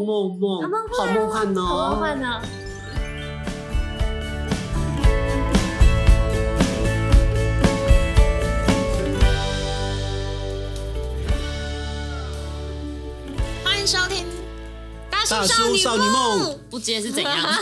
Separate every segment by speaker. Speaker 1: 好梦
Speaker 2: 好
Speaker 1: 幻
Speaker 2: 梦幻哦，
Speaker 1: 好梦幻呢。
Speaker 3: 欢迎收听大
Speaker 2: 大
Speaker 3: 叔
Speaker 2: 叔少
Speaker 3: 少
Speaker 2: 女
Speaker 3: 女
Speaker 2: 梦，
Speaker 3: 不接是怎 样？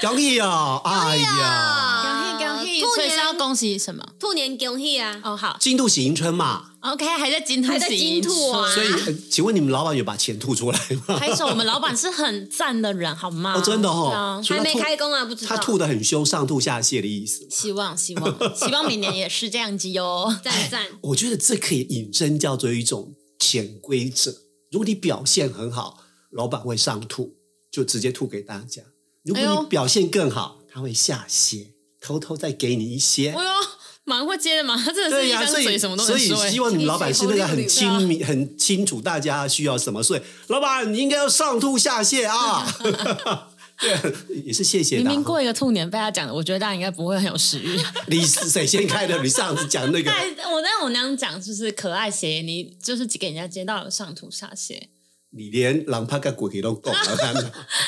Speaker 2: 恭喜哦！哎呀，
Speaker 3: 啊
Speaker 4: 恭喜
Speaker 3: 兔
Speaker 4: 所以是要
Speaker 3: 年
Speaker 4: 恭喜什么？
Speaker 3: 兔年恭喜啊！
Speaker 4: 呃哦，好
Speaker 2: 进度喜迎春嘛，
Speaker 4: ，OK，还在金兔，
Speaker 3: 还在金兔啊
Speaker 2: 所以、呃请问你们老板有把钱吐出来吗？
Speaker 4: 拍手，我们老板是很赞的人，好吗？
Speaker 2: 哦，真的
Speaker 4: 对啊
Speaker 2: 哦，所以
Speaker 3: 还
Speaker 2: 他吐
Speaker 3: 没开工啊，不知道。
Speaker 2: 他吐的很凶，上吐下泻的意思。
Speaker 4: 希望希 望希望明年也是这样子哟。
Speaker 2: 哎
Speaker 3: 赞赞，
Speaker 2: 我觉得这可以引申叫做一种潜规则。如果你表现很好，老板会上吐，就直接吐给大家；如果
Speaker 4: 哎呦
Speaker 2: 你表现更好，他会下泻，偷偷再给你一些。
Speaker 4: 哎呦，蛮会接的嘛，他真的是
Speaker 2: 对
Speaker 4: 一
Speaker 2: 呀、
Speaker 4: 张
Speaker 2: 所以
Speaker 4: 嘴什么都
Speaker 2: 所
Speaker 4: 能
Speaker 2: 以
Speaker 4: 说。哎
Speaker 2: 希望你们老板是那个很
Speaker 3: 情绪
Speaker 2: 清 明、很清楚大家需要什么，所以老板你应该要上吐下泻 啊。对，也是谢谢啊
Speaker 4: 明
Speaker 2: 啦
Speaker 4: 明过一个兔年被他讲的，我觉得大家应该不会很有食欲。
Speaker 2: 你是谁先开的？你上次讲 那个，
Speaker 4: 但哎我但我那样讲就是可爱些，你就是给人家接到上吐下泻，
Speaker 2: 你连狼帕盖骨给都懂了， 看到。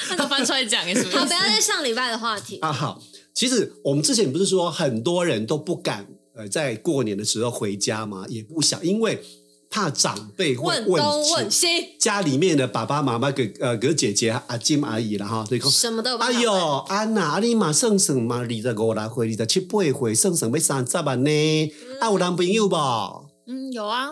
Speaker 4: 那就翻出来讲也 是。
Speaker 3: 好，不要再上礼拜的话题。
Speaker 2: 啊，好，其实我们之前不是说很多人都不敢呃在过年的时候回家吗？也不想，因为怕长辈会
Speaker 3: 问
Speaker 2: 问
Speaker 3: 东
Speaker 2: 起
Speaker 3: 问西，
Speaker 2: 家里面的爸爸妈妈、哥呃哥姐姐、阿金阿姨了哈，这个。
Speaker 3: 什么都有办
Speaker 2: 哎
Speaker 3: 法问。
Speaker 2: 呦，安娜，啊你嘛算算嘛，二十五六岁、二十七八岁，算算要三十万呢。啊，有男朋友不？啊，
Speaker 4: 嗯，有啊，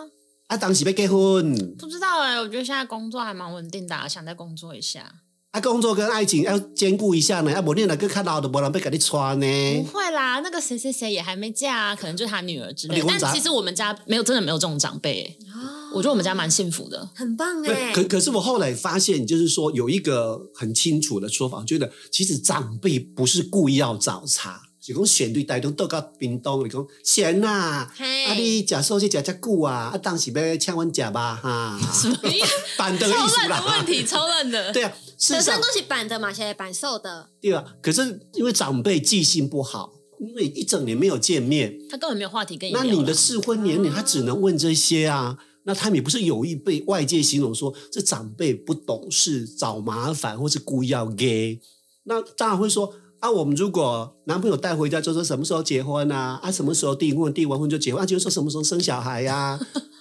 Speaker 2: 当时要结婚。
Speaker 4: 不知道哎、我觉得现在工作还蛮稳定的、啊，想再工作一下。
Speaker 2: 啊，工作跟爱情要兼顾一下呢。啊，无你若个较老，就无人要给你穿呢。
Speaker 4: 不会啦，那个谁谁谁也还没嫁、啊，可能就是他女儿之类
Speaker 2: 哦离
Speaker 4: 的。
Speaker 2: 婚杂
Speaker 4: 但其实我们家没有，真的没有这种长辈、欸
Speaker 3: 哦
Speaker 4: 我觉得我们家蛮幸福的。
Speaker 3: 很棒
Speaker 2: 对，，
Speaker 3: 哎
Speaker 2: 可可是我后来发现，就是说有一个很清楚的说法，我觉得其实长辈不是故意要找茬，是讲选对台东到到屏东，你讲贤呐，
Speaker 3: 嘿
Speaker 2: 啊你假寿去假假久啊，啊当时要请阮食吧 哈，
Speaker 4: 什么意思？
Speaker 2: 板凳的意
Speaker 4: 超
Speaker 2: 思
Speaker 4: 烂的问
Speaker 2: 啦，
Speaker 4: 题，超烂 的。
Speaker 2: 对啊，事
Speaker 3: 本
Speaker 2: 实上
Speaker 3: 身都是板的嘛，现在板瘦的，
Speaker 2: 对啊，可是因为长辈记性不好，因为一整年没有见面，
Speaker 4: 他根本没有话题跟你聊
Speaker 2: 那
Speaker 4: 啊。
Speaker 2: 你的适婚年龄，他只能问这些啊。那他们也不是有意被外界形容说这长辈不懂事、找麻烦，或是故意要 gay。那当然会说啊，我们如果男朋友带回家，就说什么时候结婚啊？啊，什么时候订婚？订完婚就结婚？啊，就是说什么时候生小孩呀、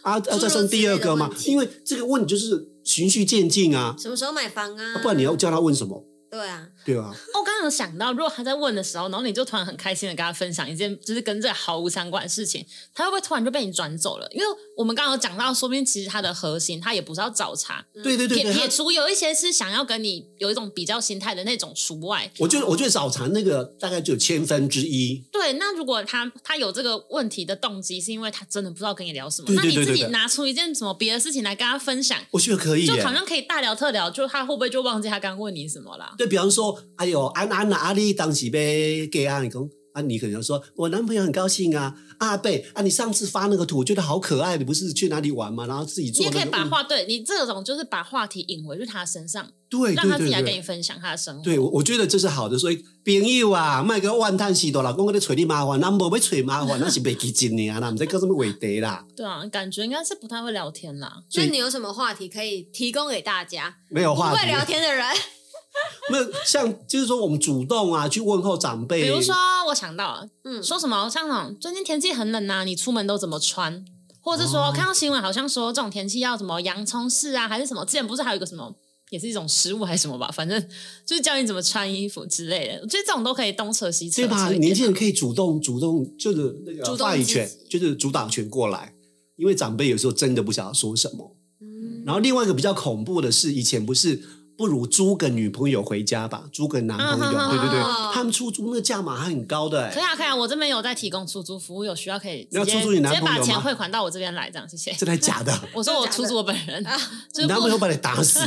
Speaker 2: 啊？啊，要再生第二个嘛
Speaker 3: 诸如此类的问？题
Speaker 2: 因为这个问题就是循序渐进啊，
Speaker 3: 什么时候买房啊？
Speaker 2: 啊不然你要叫他问什么？
Speaker 3: 对啊，
Speaker 2: 对吧、啊？
Speaker 4: 哦我刚刚有想到，如果他在问的时候，然后你就突然很开心的跟他分享一件就是跟这个毫无相关的事情，他会不会突然就被你转走了？因为我们刚刚有讲到，说不定其实他的核心他也不是要找茬，
Speaker 2: 对对对
Speaker 4: 撇
Speaker 2: 对，他
Speaker 4: 撇除有一些是想要跟你有一种比较心态的那种除外。
Speaker 2: 我觉得我觉得早茶那个大概就有千分之一，
Speaker 4: 对，那如果他他有这个问题的动机，是因为他真的不知道跟你聊什么，
Speaker 2: 对对对
Speaker 4: 那你自
Speaker 2: 对
Speaker 4: 己
Speaker 2: 对
Speaker 4: 拿出一件什么别的事情来跟他分享，
Speaker 2: 我觉得可以耶。
Speaker 4: 就好像可以大聊特聊，就他会不会就忘记他刚问你什么啦？
Speaker 2: 对，比方说，哎呦，安安呐、啊，阿丽当时被给啊，你讲啊，你可能说，我男朋友很高兴啊，阿贝啊，你上次发那个图，我觉得好可爱，你不是去哪里玩吗？然后自己
Speaker 4: 你
Speaker 2: 做
Speaker 4: 也
Speaker 2: 那个
Speaker 4: 可
Speaker 2: 物，
Speaker 4: 以把话对你这种就是把话题引回去他身上，
Speaker 2: 对
Speaker 4: 让
Speaker 2: 对
Speaker 4: 他自
Speaker 2: 对
Speaker 4: 己来跟你
Speaker 2: 对，
Speaker 4: 分享他的生活。
Speaker 2: 对我我觉得这是好的，所以朋友啊，卖个万叹息多老公给你找你麻烦，那无要找麻烦，那是袂记真的啊，那唔知搞什么话题啦。
Speaker 4: 对啊，感觉应该是不太会聊天啦。
Speaker 2: 所
Speaker 3: 那
Speaker 2: 以
Speaker 3: 你有什么话题可以提供给大家？
Speaker 2: 没有
Speaker 3: 不
Speaker 2: 话
Speaker 3: 会
Speaker 2: 题，
Speaker 3: 聊天的人，
Speaker 2: 没有像就是说我们主动啊去问候长辈，
Speaker 4: 比如说，我想到了
Speaker 3: 嗯，
Speaker 4: 说什么像那种最近天气很冷呐、你出门都怎么穿？或者是说、
Speaker 2: 哦
Speaker 4: 看到新闻好像说这种天气要什么洋葱式啊，还是什么？之前不是还有一个什么，也是一种食物还是什么吧，反正就是教你怎么穿衣服之类的。我觉得这种都可以东扯西扯
Speaker 2: 对吧？
Speaker 4: 扯一点
Speaker 2: 年轻人可以主动主动，就是那
Speaker 3: 主
Speaker 2: 个
Speaker 3: 动
Speaker 2: 话语
Speaker 3: 自
Speaker 2: 权，就是主导权过来。因为长辈有时候真的不晓得说什么。
Speaker 3: 嗯
Speaker 2: 然后另外一个比较恐怖的是，以前不是不如租个女朋友回家吧，租个男朋友，
Speaker 4: 啊
Speaker 2: 对对对，
Speaker 3: 啊
Speaker 2: 他们出租那价码还很高的、
Speaker 4: 可以
Speaker 2: 欸，
Speaker 4: 啊，可以啊，我这边有在提供出租服务，有需要可以直
Speaker 2: 那
Speaker 4: 接
Speaker 2: 出租你
Speaker 4: 直
Speaker 2: 男
Speaker 4: 接
Speaker 2: 朋友
Speaker 4: 把钱
Speaker 2: 吗
Speaker 4: 汇款到我这边来，这样谢谢。
Speaker 2: 真的假的？啊
Speaker 4: 我说我出租我本人，
Speaker 2: 你
Speaker 4: 就是
Speaker 2: 男
Speaker 4: 不
Speaker 2: 朋友把你打 死，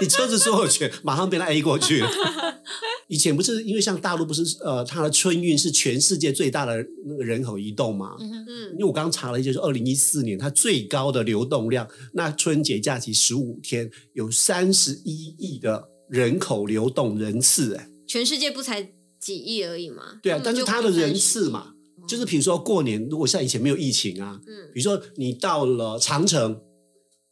Speaker 2: 你车子所有权马上被他 A 过去了。以前不是因为像大陆不是呃，它的春运是全世界最大的那个人口移动嘛，因
Speaker 3: 嗯，
Speaker 2: 为我刚刚查了一下，就是二零一四年它最高的流动量，那春节假期十五天有三十一亿的人口流动人次，哎，
Speaker 3: 全世界不才几亿而已嘛。
Speaker 2: 对啊，
Speaker 3: 根
Speaker 2: 但
Speaker 3: 本
Speaker 2: 是
Speaker 3: 就
Speaker 2: 它
Speaker 3: 不
Speaker 2: 的
Speaker 3: 是
Speaker 2: 人
Speaker 3: 30
Speaker 2: 次嘛，
Speaker 3: 哦
Speaker 2: 就是比如说过年，如果像以前没有疫情啊，
Speaker 3: 嗯
Speaker 2: 比如说你到了长城，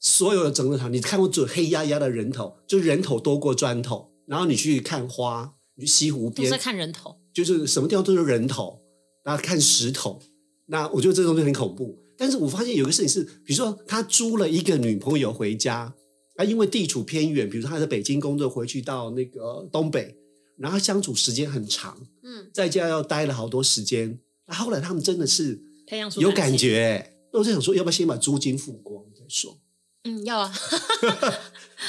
Speaker 2: 所有的整个场，你看过最黑压压的人头，就人头多过砖头，然后你去看花，你去西湖
Speaker 4: 都是在
Speaker 2: 边，
Speaker 4: 看人头，
Speaker 2: 就是什么地方都是人头，然后看石头，那我觉得这东西很恐怖。但是我发现有个事情是，比如说他租了一个女朋友回家，他因为地处偏远，比如说他在北京工作，回去到那个东北，然后相处时间很长，
Speaker 3: 嗯，
Speaker 2: 在家要待了好多时间。那后来他们真的是
Speaker 4: 培养出
Speaker 2: 有
Speaker 4: 感
Speaker 2: 感
Speaker 4: 情，
Speaker 2: 觉、 欸，那我就想说，要不要先把租金付光再说？
Speaker 4: 嗯，要啊，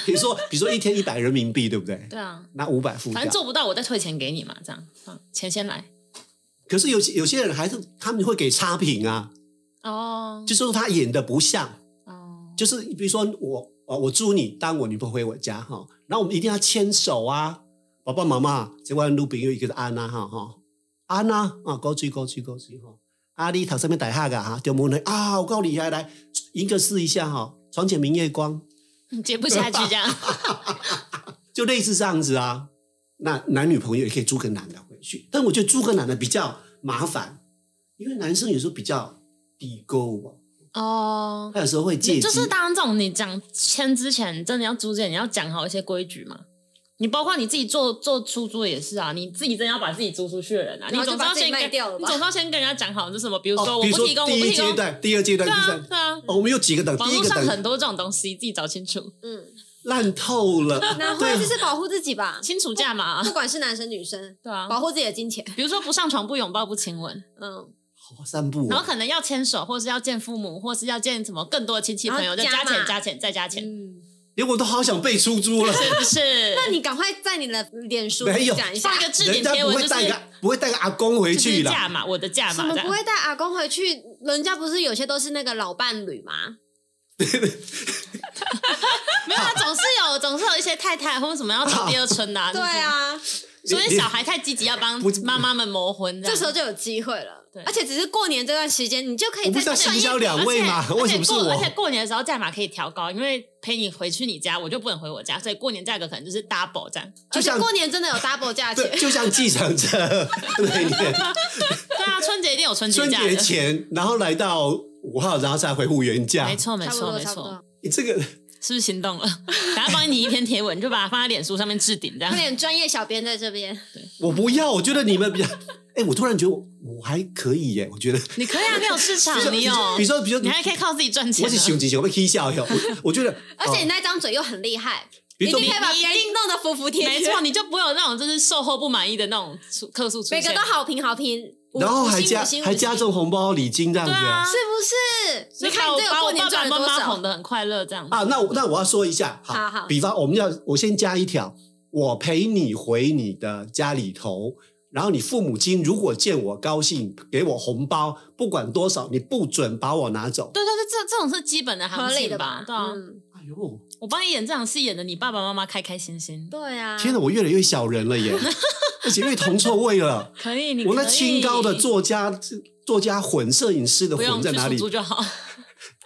Speaker 2: 比如说，比如说一天一百人民币，对不对？
Speaker 4: 对啊，
Speaker 2: 拿五百付掉
Speaker 4: 反正。做不到，我再退钱给你嘛，这样，嗯，钱先来，
Speaker 2: 可是有些有些人还是他们会给差评啊，
Speaker 4: 哦，
Speaker 2: 就是说他演的不像，
Speaker 4: 哦，
Speaker 2: 就是比如说我哦，我租你当我女朋友回我家哈、然后我们一定要牵手啊，爸爸妈妈，这位女朋友一个是安娜哈哈，安娜啊，高追高追高追哈，啊阿丽头上面打下个哈，丢门来啊，我告你还来一个试一下哈、床前明月光，
Speaker 4: 你接不下去这样，
Speaker 2: 就类似这样子啊。那男女朋友也可以租个男的回去，但我觉得租个男的比较麻烦，因为男生有时候比较低沟吧，
Speaker 4: 哦。
Speaker 2: 他有时候会借机。
Speaker 4: 就是当然，这种你讲签之前，真的要租之前，你要讲好一些规矩嘛。你包括你自己做做出租也是啊，你自己真的要把自己租出去的人啊，你
Speaker 3: 然后就
Speaker 4: 总是要
Speaker 3: 把自己
Speaker 4: 先
Speaker 3: 卖
Speaker 4: 跟
Speaker 3: 掉了吧
Speaker 4: 你总是要先跟人家讲好，就是什么，比如说
Speaker 2: 哦，
Speaker 4: 我
Speaker 2: 比如
Speaker 4: 不
Speaker 2: 说
Speaker 4: 提供，我
Speaker 2: 第
Speaker 4: 不
Speaker 2: 一
Speaker 4: 提
Speaker 2: 阶
Speaker 4: 供，对
Speaker 2: 段、第二阶段、第
Speaker 4: 啊
Speaker 2: 三，，
Speaker 4: 对啊，
Speaker 2: 哦我们有几个等，
Speaker 4: 网
Speaker 2: 第一
Speaker 4: 络
Speaker 2: 个
Speaker 4: 上很
Speaker 2: 等
Speaker 4: 多这种东西，自己找清楚，
Speaker 3: 嗯，
Speaker 2: 烂透了，
Speaker 3: 哪
Speaker 2: 对啊
Speaker 3: 会就是保护自 己吧，
Speaker 4: 清楚价码、啊
Speaker 3: 不管是男生女生，
Speaker 4: 对啊，
Speaker 3: 保护自己的金钱，
Speaker 4: 比如说不上床、不拥抱、不亲吻，
Speaker 3: 嗯，
Speaker 2: 好散步
Speaker 4: 然后
Speaker 2: 哦。
Speaker 4: 可能要牵手，或是要见父母，或是要见什么更多的亲戚朋友，再
Speaker 3: 然后
Speaker 4: 加
Speaker 3: 加
Speaker 4: 钱、
Speaker 3: 码
Speaker 4: 加钱、再加钱，
Speaker 3: 嗯，
Speaker 2: 连我都好想被出 租了，
Speaker 4: 是不是？
Speaker 3: 那你赶快在你的脸书
Speaker 2: 没有
Speaker 3: 讲一下
Speaker 4: 放一，个啊置
Speaker 2: 人
Speaker 4: 顶
Speaker 2: 家
Speaker 4: 贴
Speaker 2: 不
Speaker 4: 文
Speaker 2: 会
Speaker 4: 就是
Speaker 2: 带个不会带个阿公回
Speaker 4: 就是
Speaker 2: 去的，
Speaker 4: 价码，我的价
Speaker 3: 什
Speaker 4: 码
Speaker 3: 么
Speaker 4: 这
Speaker 3: 不
Speaker 4: 样。
Speaker 3: 会啊带阿公回去？人家不是有些都是那个老伴侣吗？
Speaker 4: 没有啊，总是有，总是有一些太太或者什么要找第二春的、啊，
Speaker 3: 对
Speaker 4: 就是，
Speaker 3: 啊，
Speaker 4: 所以小孩太积极要帮
Speaker 2: 不是
Speaker 4: 妈妈们磨婚样，
Speaker 3: 这时候就有机会了
Speaker 4: 对，
Speaker 3: 而且只是过年这段时间，你就
Speaker 4: 哎
Speaker 3: 可以
Speaker 2: 我不知道
Speaker 3: 在这
Speaker 2: 行销两位嘛
Speaker 4: 而且
Speaker 2: 为什么是我
Speaker 4: 而且过而且过年的时候价码可以调高，因为陪你回去你家，我就不能回我家，所以过年价格可能就是 double 这样。
Speaker 2: 就
Speaker 3: 而且
Speaker 2: 像
Speaker 3: 过年真的有 double 价钱
Speaker 2: 对，，就像计程车那一年。
Speaker 4: 对啊，春节一定有春节
Speaker 2: 春
Speaker 4: 价
Speaker 2: 节
Speaker 4: 的。
Speaker 2: 前，啊然后来到五号，然后再回五原价
Speaker 4: 没。错，没
Speaker 3: 差不
Speaker 4: 错，
Speaker 3: 多
Speaker 4: 没
Speaker 3: 差不
Speaker 4: 错
Speaker 3: 多，，
Speaker 2: 你这个
Speaker 4: 是不是心动了？等下帮你拟一篇贴文，你就把它放在脸书上面置顶，这 样
Speaker 3: 有点专业小编在这
Speaker 2: 哦
Speaker 3: 边，
Speaker 2: 我不要，我觉得你们 比较。哎，我突然觉得我我还可以耶，我觉得。
Speaker 4: 你可以啊，你有市场，你有，
Speaker 2: 比如说，比如
Speaker 4: 你
Speaker 2: 说，
Speaker 4: 还可以靠自己赚钱
Speaker 2: 啊我
Speaker 4: 啊。
Speaker 2: 是熊吉熊被 K 笑哟。我我觉 得，
Speaker 3: 而且你
Speaker 2: 哦
Speaker 3: 那张嘴又很厉害，
Speaker 2: 比
Speaker 3: 一
Speaker 2: 如说
Speaker 3: 定可以把
Speaker 4: 你
Speaker 3: 别
Speaker 4: 一定
Speaker 3: 人弄得服服帖帖，
Speaker 4: 没错，你就不会有那种就是售后不满意的那种出客诉出现。
Speaker 3: 每个都好评好评，五
Speaker 2: 然后还
Speaker 3: 五星
Speaker 2: 加
Speaker 3: 五星
Speaker 2: 还加
Speaker 3: 五星
Speaker 2: 赠红包礼金这样子
Speaker 4: 对啊
Speaker 3: 是不是？
Speaker 4: 所以
Speaker 3: 你看你这个
Speaker 4: 把我
Speaker 3: 过年赚了
Speaker 4: 把我
Speaker 3: 多
Speaker 4: 爸爸妈妈
Speaker 3: 少
Speaker 4: 哄？得很快乐，这样
Speaker 2: 啊，那我那我要说一下，
Speaker 3: 好好
Speaker 2: 比方我们要我先加一条，我陪你回你的家里头，然后你父母亲如果见我高兴，给我红包，不管多少，你不准把我拿走。
Speaker 4: 对对对，这这种是基本的行
Speaker 3: 合理
Speaker 4: 情
Speaker 3: 的
Speaker 4: 对啊，
Speaker 3: 嗯，
Speaker 2: 哎呦，
Speaker 4: 我帮你演这场戏，演的你爸爸妈妈开开心心，
Speaker 3: 对啊。
Speaker 2: 天哪，我越来越小人了耶， 而且越铜臭味了。
Speaker 4: 可以，你
Speaker 2: 我
Speaker 4: 可
Speaker 2: 那
Speaker 4: 以
Speaker 2: 清高的作家。作家混摄影师的
Speaker 4: 不
Speaker 2: 混
Speaker 4: 用
Speaker 2: 在
Speaker 4: 去
Speaker 2: 哪
Speaker 4: 出
Speaker 2: 里？
Speaker 4: 租就好。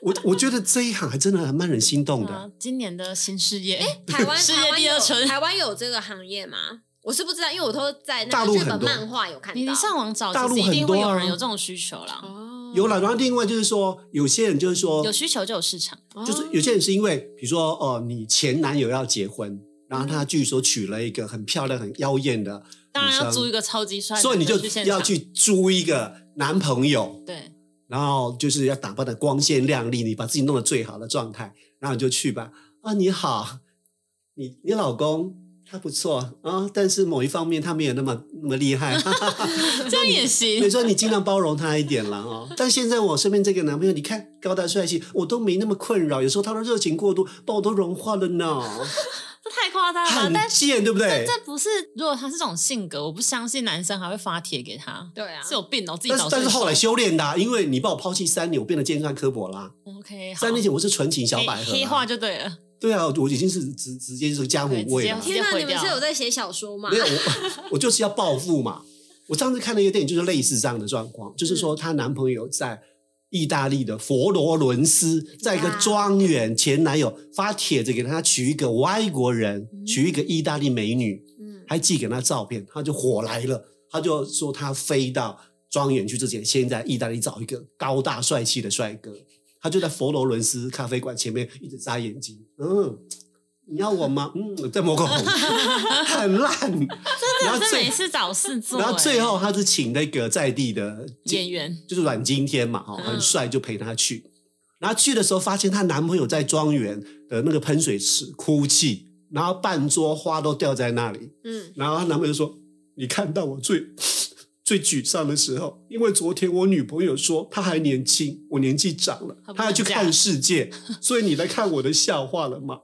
Speaker 2: 我我觉得这一行还真的还蛮人心动的。
Speaker 4: 啊，今年的新事业，
Speaker 3: 台湾
Speaker 4: 世界
Speaker 3: 台湾
Speaker 4: 第二城
Speaker 3: 有台湾有这个行业吗？我是不知道，因为我都在
Speaker 2: 大
Speaker 3: 那
Speaker 2: 陆
Speaker 3: 个日
Speaker 2: 很
Speaker 3: 本
Speaker 2: 多
Speaker 3: 漫画有看到。
Speaker 4: 你你上网找，
Speaker 2: 大陆
Speaker 4: 其实一定会
Speaker 2: 很多
Speaker 4: 有
Speaker 2: 啊
Speaker 4: 人有这种需求啦。
Speaker 3: 哦
Speaker 2: 有了，然后另外就是说，有些人就是说，
Speaker 4: 有需求就有市场，
Speaker 2: 就是有些人是因为，比如说哦、你前男友要结婚，然后他据说娶了一个很漂亮、很妖艳的
Speaker 4: 嗯当然要租一
Speaker 2: 个，
Speaker 4: 个超级帅的，
Speaker 2: 所以你就
Speaker 4: 去现
Speaker 2: 要
Speaker 4: 场
Speaker 2: 去租一个男朋友，
Speaker 4: 对，
Speaker 2: 然后就是要打扮的光鲜亮丽，你把自己弄得最好的状态，然后你就去吧。啊，你好，你你老公他不错啊，但是某一方面他没有那么那么厉害。 哈哈哈
Speaker 4: 这样也
Speaker 2: 所以
Speaker 4: 行。
Speaker 2: 说你尽量包容他一点了哦。但现在我身边这个男朋友，你看高大帅气，我都没那么困扰。有时候他的热情过度，把我都融化了呢，
Speaker 4: 这太夸张了吧，
Speaker 2: 很
Speaker 4: 啊但
Speaker 2: 贱，对不对？
Speaker 4: 这不是，如果他是这种性格，我不相信男生还会发帖给他，
Speaker 3: 对啊，
Speaker 4: 是有病哦，自己
Speaker 2: 但是
Speaker 4: 找。
Speaker 2: 但是后来修炼的啊、因为你把我抛弃三年，我变得尖酸刻薄啦、
Speaker 4: ，OK，好
Speaker 2: 三年前我是纯情小百合、
Speaker 4: 黑黑化
Speaker 2: 啊，
Speaker 4: 就对了，
Speaker 2: 对啊，我已经是直直接就是江湖味了
Speaker 4: 对直。接
Speaker 3: 天哪！
Speaker 4: 毁
Speaker 3: 你们
Speaker 4: 掉
Speaker 3: 是有在写小说吗
Speaker 2: 没？有，我 我就是要报复嘛。我上次看了一个电影，就是类似这样的状况，就是说她男朋友在意大利的佛罗伦斯，在一个
Speaker 3: 哇
Speaker 2: 庄园，前男友发帖子给她娶一个外国人，娶一个意大利美女，
Speaker 3: 嗯，
Speaker 2: 还寄给她照片，她就火来了，她就说她飞到庄园去之前，先在意大利找一个高大帅气的帅哥。他就在佛罗伦斯咖啡馆前面一直眨眼睛，嗯。你要我吗？嗯，在摸口红，很烂。然后
Speaker 4: 这
Speaker 2: 最
Speaker 4: 每次找 事做、
Speaker 2: 然后最
Speaker 4: 哎
Speaker 2: 后他是请那个在地的
Speaker 4: 演员
Speaker 2: 就是阮经天嘛，哦，
Speaker 4: 嗯
Speaker 2: 很帅，就陪她去。然后去的时候，发现她男朋友在庄园的那个喷水池哭泣，然后半桌花都掉在那里。
Speaker 3: 嗯，
Speaker 2: 然后她男朋友说：“你看到我最 最沮丧的时候，因为昨天我女朋友说她还年轻，我年纪长了
Speaker 4: 她，不
Speaker 2: 她要去
Speaker 4: 想
Speaker 2: 看世 界，所以你来看我的笑话了嘛。”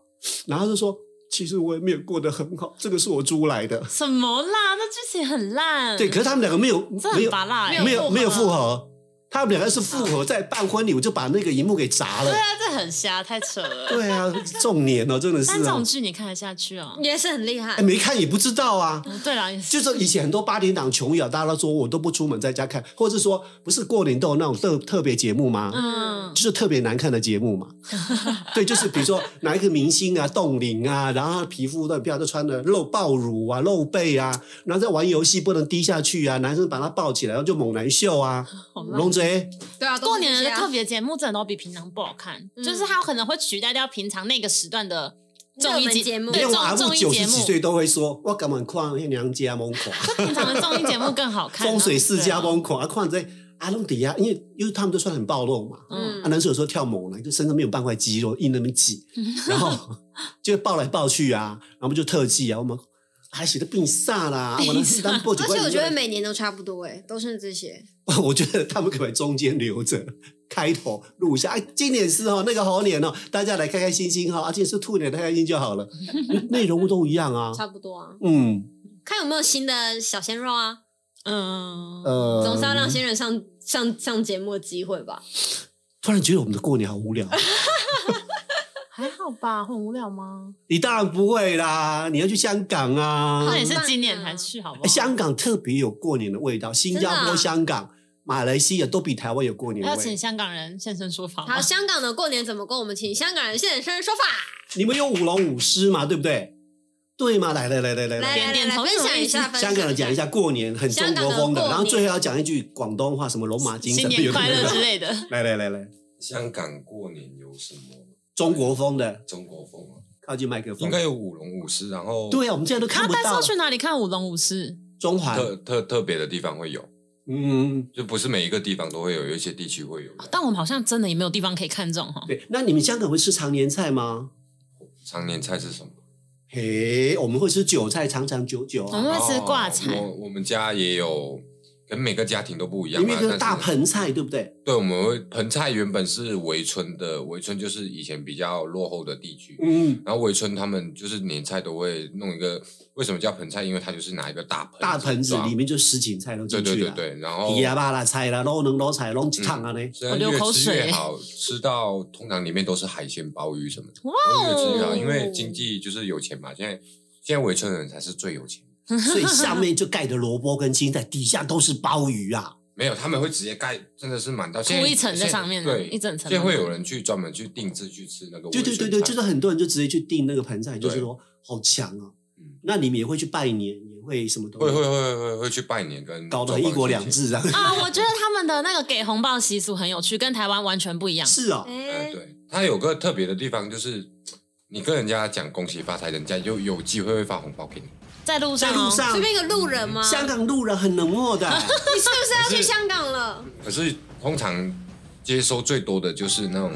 Speaker 2: 然后她就说：“其实我也没有过得很好，这个是我租来的。”
Speaker 4: 什么啦？那剧情很烂，
Speaker 2: 对，可是他们两个没有
Speaker 4: 这
Speaker 2: 没
Speaker 4: 很
Speaker 2: 有
Speaker 4: 拔辣、欸，
Speaker 2: 没有没有
Speaker 3: 复
Speaker 2: 复合，他们两个是复合，
Speaker 4: 嗯
Speaker 2: 在办婚礼，我就把那个荧幕给砸 了
Speaker 4: 对。啊，这很瞎，太 扯了。
Speaker 2: 对啊，重年哦，真的是
Speaker 4: 但这
Speaker 2: 啊
Speaker 4: 种，剧你看得下去 哦？
Speaker 3: 也是很厉害
Speaker 2: 哎，。没看也不知道啊。
Speaker 4: 哦对啦，也是
Speaker 2: 就是以前很多八点档琼瑶，大家都说我都不出门，在家看，或者说不是过年都有那种特特别节目吗？
Speaker 4: 嗯，
Speaker 2: 就是特别难看的节目 嘛。对，就是比如说哪一个明星啊，冻龄啊，然后他皮肤都很漂亮，就穿的露爆乳啊、露背啊，然后在玩游戏不能低下去啊，男生把他抱起来，然后就猛男秀啊，
Speaker 4: 好烂
Speaker 2: 龙贼。
Speaker 3: 对啊，
Speaker 4: 过年的特
Speaker 3: 特
Speaker 4: 别节目真的都比平常不好看，
Speaker 3: 嗯
Speaker 4: 就是它可能会取代掉平常那个时段的综
Speaker 3: 热
Speaker 4: 艺
Speaker 3: 门节目
Speaker 4: 对
Speaker 2: 连
Speaker 4: 综
Speaker 2: 我阿
Speaker 4: 综
Speaker 2: 母
Speaker 4: 艺
Speaker 2: 九
Speaker 4: 节
Speaker 2: 十几
Speaker 4: 目，
Speaker 2: 岁都会说，我根本看那娘家猛看，
Speaker 4: 平常的综艺节目更好看。
Speaker 2: 风水世家
Speaker 4: 对啊，
Speaker 2: 猛看，啊看在阿龙底下，因为因为他们都穿得很暴露嘛，
Speaker 4: 嗯，
Speaker 2: 啊，男生有时候跳猛了，就身上没有半块肌肉，硬那么挤，
Speaker 3: 嗯
Speaker 2: 然 后就抱来抱去啊，然后就特技啊，我们还写的病煞啦， 啊我那是当破几
Speaker 3: 而
Speaker 2: 块
Speaker 3: 且我觉得每年都差不多，哎，都是这些。
Speaker 2: 我觉得他们可不可以中间留着，开头录一下？哎，今年是哦，那个猴年哦，大家来开开心心哈、啊，今年是兔年，开开心就好 了，内容都一样啊，
Speaker 3: 差不多啊，
Speaker 2: 嗯。
Speaker 3: 看有没有新的小鲜肉啊，
Speaker 4: 嗯，
Speaker 2: 呃，
Speaker 3: 总是要让新人上上上节目的机会吧。
Speaker 2: 突然觉得我们的过年好无 聊。
Speaker 4: 还好吧，很无聊吗？
Speaker 2: 你当然不会啦，你要去香港啊
Speaker 4: 那
Speaker 3: 好。
Speaker 4: 也是
Speaker 3: 浪漫
Speaker 4: 今年
Speaker 3: 啊
Speaker 4: 才去，好不好？
Speaker 2: 哎香港特别有过年的味道，新加坡、
Speaker 3: 真的啊
Speaker 2: 香港、马来西亚都比台湾有过年
Speaker 4: 要
Speaker 2: 味
Speaker 4: 请。香港人现身说法吗
Speaker 3: 好，？香港的过年怎么过？我们请香港人现身说法，
Speaker 2: 你们有舞龙舞狮嘛？对不对？对嘛？来来来来来
Speaker 3: 来来
Speaker 4: 点
Speaker 3: 来
Speaker 4: 点
Speaker 3: 来，
Speaker 4: 头
Speaker 3: 分享一下，
Speaker 4: 有
Speaker 3: 分享
Speaker 2: 香港人讲一下过年很中国
Speaker 3: 香港
Speaker 2: 风的，
Speaker 3: 的过年
Speaker 2: 然后最后要讲一句广东话，什么龙马精 神，
Speaker 4: 新年快乐之
Speaker 2: 的。
Speaker 4: 类的，
Speaker 2: 来来来来，
Speaker 1: 香港过年有什么
Speaker 2: 中国风的，
Speaker 1: 中国风啊？
Speaker 2: 靠近麦克
Speaker 1: 应
Speaker 2: 风。
Speaker 1: 该有舞龙舞狮，然后
Speaker 2: 对啊，我们现在都看
Speaker 4: 他
Speaker 2: 不
Speaker 4: 带
Speaker 2: 到
Speaker 4: 上去哪里看舞龙舞狮？
Speaker 2: 中环。
Speaker 1: 特特特别的地方会有，
Speaker 2: 嗯，
Speaker 1: 就不是每一个地方都会有，有一些地区会有
Speaker 2: 啊
Speaker 1: 的。
Speaker 4: 哦但我们好像真的也没有地方可以看这种哈。
Speaker 2: 对。那你们香港会吃常年菜吗？
Speaker 1: 常年菜是什么？
Speaker 2: 嘿，我们会吃韭菜，长长久久
Speaker 4: 我
Speaker 2: 啊。
Speaker 3: 嗯
Speaker 4: 们会吃挂
Speaker 1: 哦
Speaker 4: 彩，
Speaker 1: 我我们家也有，跟每个家庭都不一样
Speaker 2: 里
Speaker 1: 嘛。
Speaker 2: 面
Speaker 1: 但
Speaker 2: 有
Speaker 1: 是
Speaker 2: 大盆菜，对不对？
Speaker 1: 对，我们会盆菜原本是围村的，围村就是以前比较落后的地区。
Speaker 2: 嗯，
Speaker 1: 然后围村他们就是年菜都会弄一个，为什么叫盆菜？因为它就是拿一个大盆
Speaker 2: 大盆子
Speaker 1: 装
Speaker 2: 里面就什锦菜都
Speaker 1: 对
Speaker 2: 进
Speaker 1: 对
Speaker 2: 去
Speaker 1: 对
Speaker 2: 了，
Speaker 1: 对，然后
Speaker 2: 皮呀、巴啦菜啦，捞能捞菜，捞几趟啊呢？
Speaker 1: 虽
Speaker 4: 我
Speaker 1: 然
Speaker 4: 哦流
Speaker 1: 越
Speaker 4: 口
Speaker 1: 吃越
Speaker 4: 水
Speaker 1: 好，吃到通常里面都是海鲜、鲍鱼什么的，
Speaker 4: 哇
Speaker 1: 越吃越好，
Speaker 4: 哦！
Speaker 1: 因为经济就是有钱嘛。现在现在围村人才是最有钱的，
Speaker 2: 所以下面就盖的萝卜跟青菜，底下都是鲍鱼啊。
Speaker 1: 没有他们会直接盖，真的是满到现
Speaker 4: 铺一层在
Speaker 1: 现
Speaker 4: 上面
Speaker 1: 对，
Speaker 4: 一整层
Speaker 1: 现在
Speaker 4: 的
Speaker 1: 会有人去专门去定制去吃那个。
Speaker 2: 对对对对，就是。很多人就直接去订那个盆菜，就是说好强哦
Speaker 1: 嗯。
Speaker 2: 那你们也会去拜年，也会什么东
Speaker 1: 会
Speaker 2: 西？
Speaker 1: 会会会会去拜年跟
Speaker 2: 搞得
Speaker 1: 周
Speaker 2: 一
Speaker 1: 帮
Speaker 2: 国
Speaker 1: 亲
Speaker 2: 两
Speaker 1: 戚，
Speaker 2: 制啊？
Speaker 4: 啊，我觉得他们的那个给红包习俗很有趣，跟台湾完全不一 样。
Speaker 2: 是哦，
Speaker 1: 呃，
Speaker 3: 哎，
Speaker 1: 对，它有个特别的地方就是，你跟人家讲恭喜发财，人家就有机会会发红包给你。
Speaker 4: 在路上、
Speaker 2: 在
Speaker 4: 哦，
Speaker 2: 路上
Speaker 3: 随，便一个路人吗？
Speaker 2: 香港路人很冷漠 的。
Speaker 3: 你是不是要
Speaker 1: 可
Speaker 3: 去
Speaker 1: 是
Speaker 3: 香港了？
Speaker 1: 可是通常接收最多的就是那种，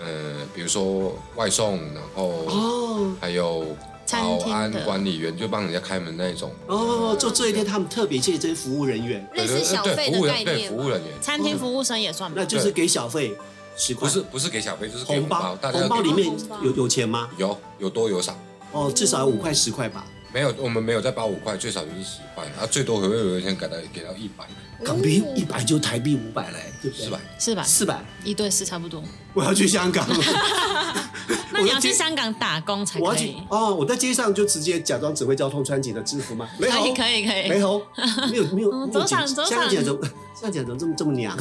Speaker 1: 呃，比如说外送，然后
Speaker 2: 哦
Speaker 1: 还有
Speaker 4: 餐
Speaker 1: 保
Speaker 4: 厅
Speaker 1: 安
Speaker 4: 的
Speaker 1: 管理员就帮人家开门那一种，
Speaker 2: 哦，就这一天他们特别谢谢这些服务人员，
Speaker 3: 类
Speaker 1: 对
Speaker 3: 似
Speaker 1: 对
Speaker 3: 小
Speaker 1: 呃对
Speaker 3: 费
Speaker 1: 服务
Speaker 3: 的
Speaker 1: 人
Speaker 3: 概
Speaker 1: 对
Speaker 3: 念
Speaker 1: 服
Speaker 3: 吗
Speaker 1: 务人员，
Speaker 4: 餐厅服务生也算吧
Speaker 2: 那。就是给小费十块。
Speaker 1: 不是不是给小费，就是给
Speaker 2: 红包，
Speaker 1: 大家有
Speaker 2: 红包里面
Speaker 3: 红包
Speaker 2: 有有钱吗？
Speaker 1: 有有多有少。
Speaker 2: 哦，至少有五块十块吧，
Speaker 1: 没有，我们没有再包五块，最少就是十块，啊，最多可能有一天给到给到一百、
Speaker 2: 港币一百就台币五百嘞，对不对？
Speaker 1: 四百，
Speaker 4: 是吧？
Speaker 2: 四百，
Speaker 4: 一对四差不多。
Speaker 2: 我要去香港，
Speaker 4: 那你要去香港打工才
Speaker 2: 我要
Speaker 4: 可
Speaker 2: 去
Speaker 4: 以。
Speaker 2: 哦，我在街上就直接假装指挥交通穿警的制服吗？没有，
Speaker 4: 可以可以可
Speaker 2: 没
Speaker 4: 以，
Speaker 2: 有，没 有没有，
Speaker 4: 嗯
Speaker 2: 没有
Speaker 4: 走场
Speaker 2: 警
Speaker 4: 走
Speaker 2: 香港
Speaker 4: 场
Speaker 2: 姐怎么香港姐怎么这么这么娘？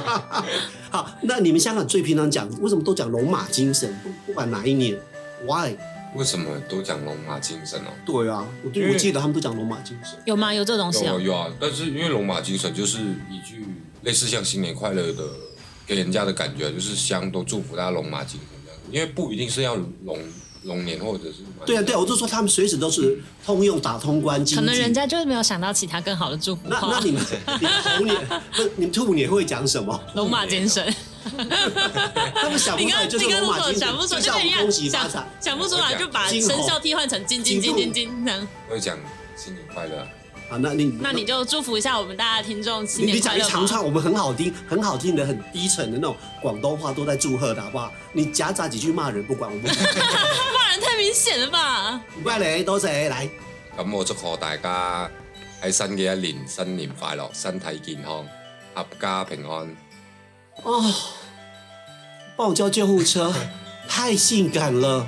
Speaker 2: 好，那你们香港最平常讲，为什么都讲龙马精神？不不管哪一年，why？
Speaker 1: 为什么都讲龙马精神哦？
Speaker 2: 对啊，我对
Speaker 1: 因为
Speaker 2: 我记得他们都讲龙马精神。
Speaker 4: 有吗？有这东西
Speaker 1: 有
Speaker 4: 啊
Speaker 1: 啊？有啊，但是因为龙马精神就是一句类似像新年快乐的给人家的感觉就是香都祝福大家龙马精神这样，因为不一定是要龙龙年或者是马
Speaker 2: 对啊，对啊，我就说他们随时都是通用打通关经济。
Speaker 4: 可能人家就是没有想到其他更好的祝福
Speaker 2: 那那
Speaker 4: 话
Speaker 2: 你，们你们猴年不是你们兔年会讲什 么？
Speaker 4: 龙马精神。
Speaker 2: 他们想不
Speaker 4: 你
Speaker 2: 出
Speaker 4: 刚
Speaker 2: 来就是
Speaker 4: 你刚
Speaker 2: 龙马
Speaker 4: 如果
Speaker 2: 精神，
Speaker 4: 想不出
Speaker 2: 就
Speaker 4: 来，就
Speaker 2: 像我
Speaker 4: 等一
Speaker 2: 们
Speaker 4: 下
Speaker 2: 恭喜发
Speaker 4: 想
Speaker 2: 财。
Speaker 4: 想不出来，就把
Speaker 2: 金猴
Speaker 4: 生肖替换成金金金金金这样。
Speaker 1: 会讲新年快乐啊，
Speaker 2: 好，那你
Speaker 4: 那你就祝福一下我们大家听众新
Speaker 2: 你
Speaker 4: 年
Speaker 2: 你讲
Speaker 4: 快
Speaker 2: 一
Speaker 4: 乐吧
Speaker 2: 长。串，我们很好听、很好听的、很低沉的那种广东话都在祝贺的好不好？你夹杂几句骂人不管，我们
Speaker 4: 骂人太明显了吧？
Speaker 2: 快嚟多谢来，
Speaker 1: 咁我祝賀大家喺新嘅一年新年快樂，身體健康，合家平安。
Speaker 2: 哦，帮我叫救护车，太性感了。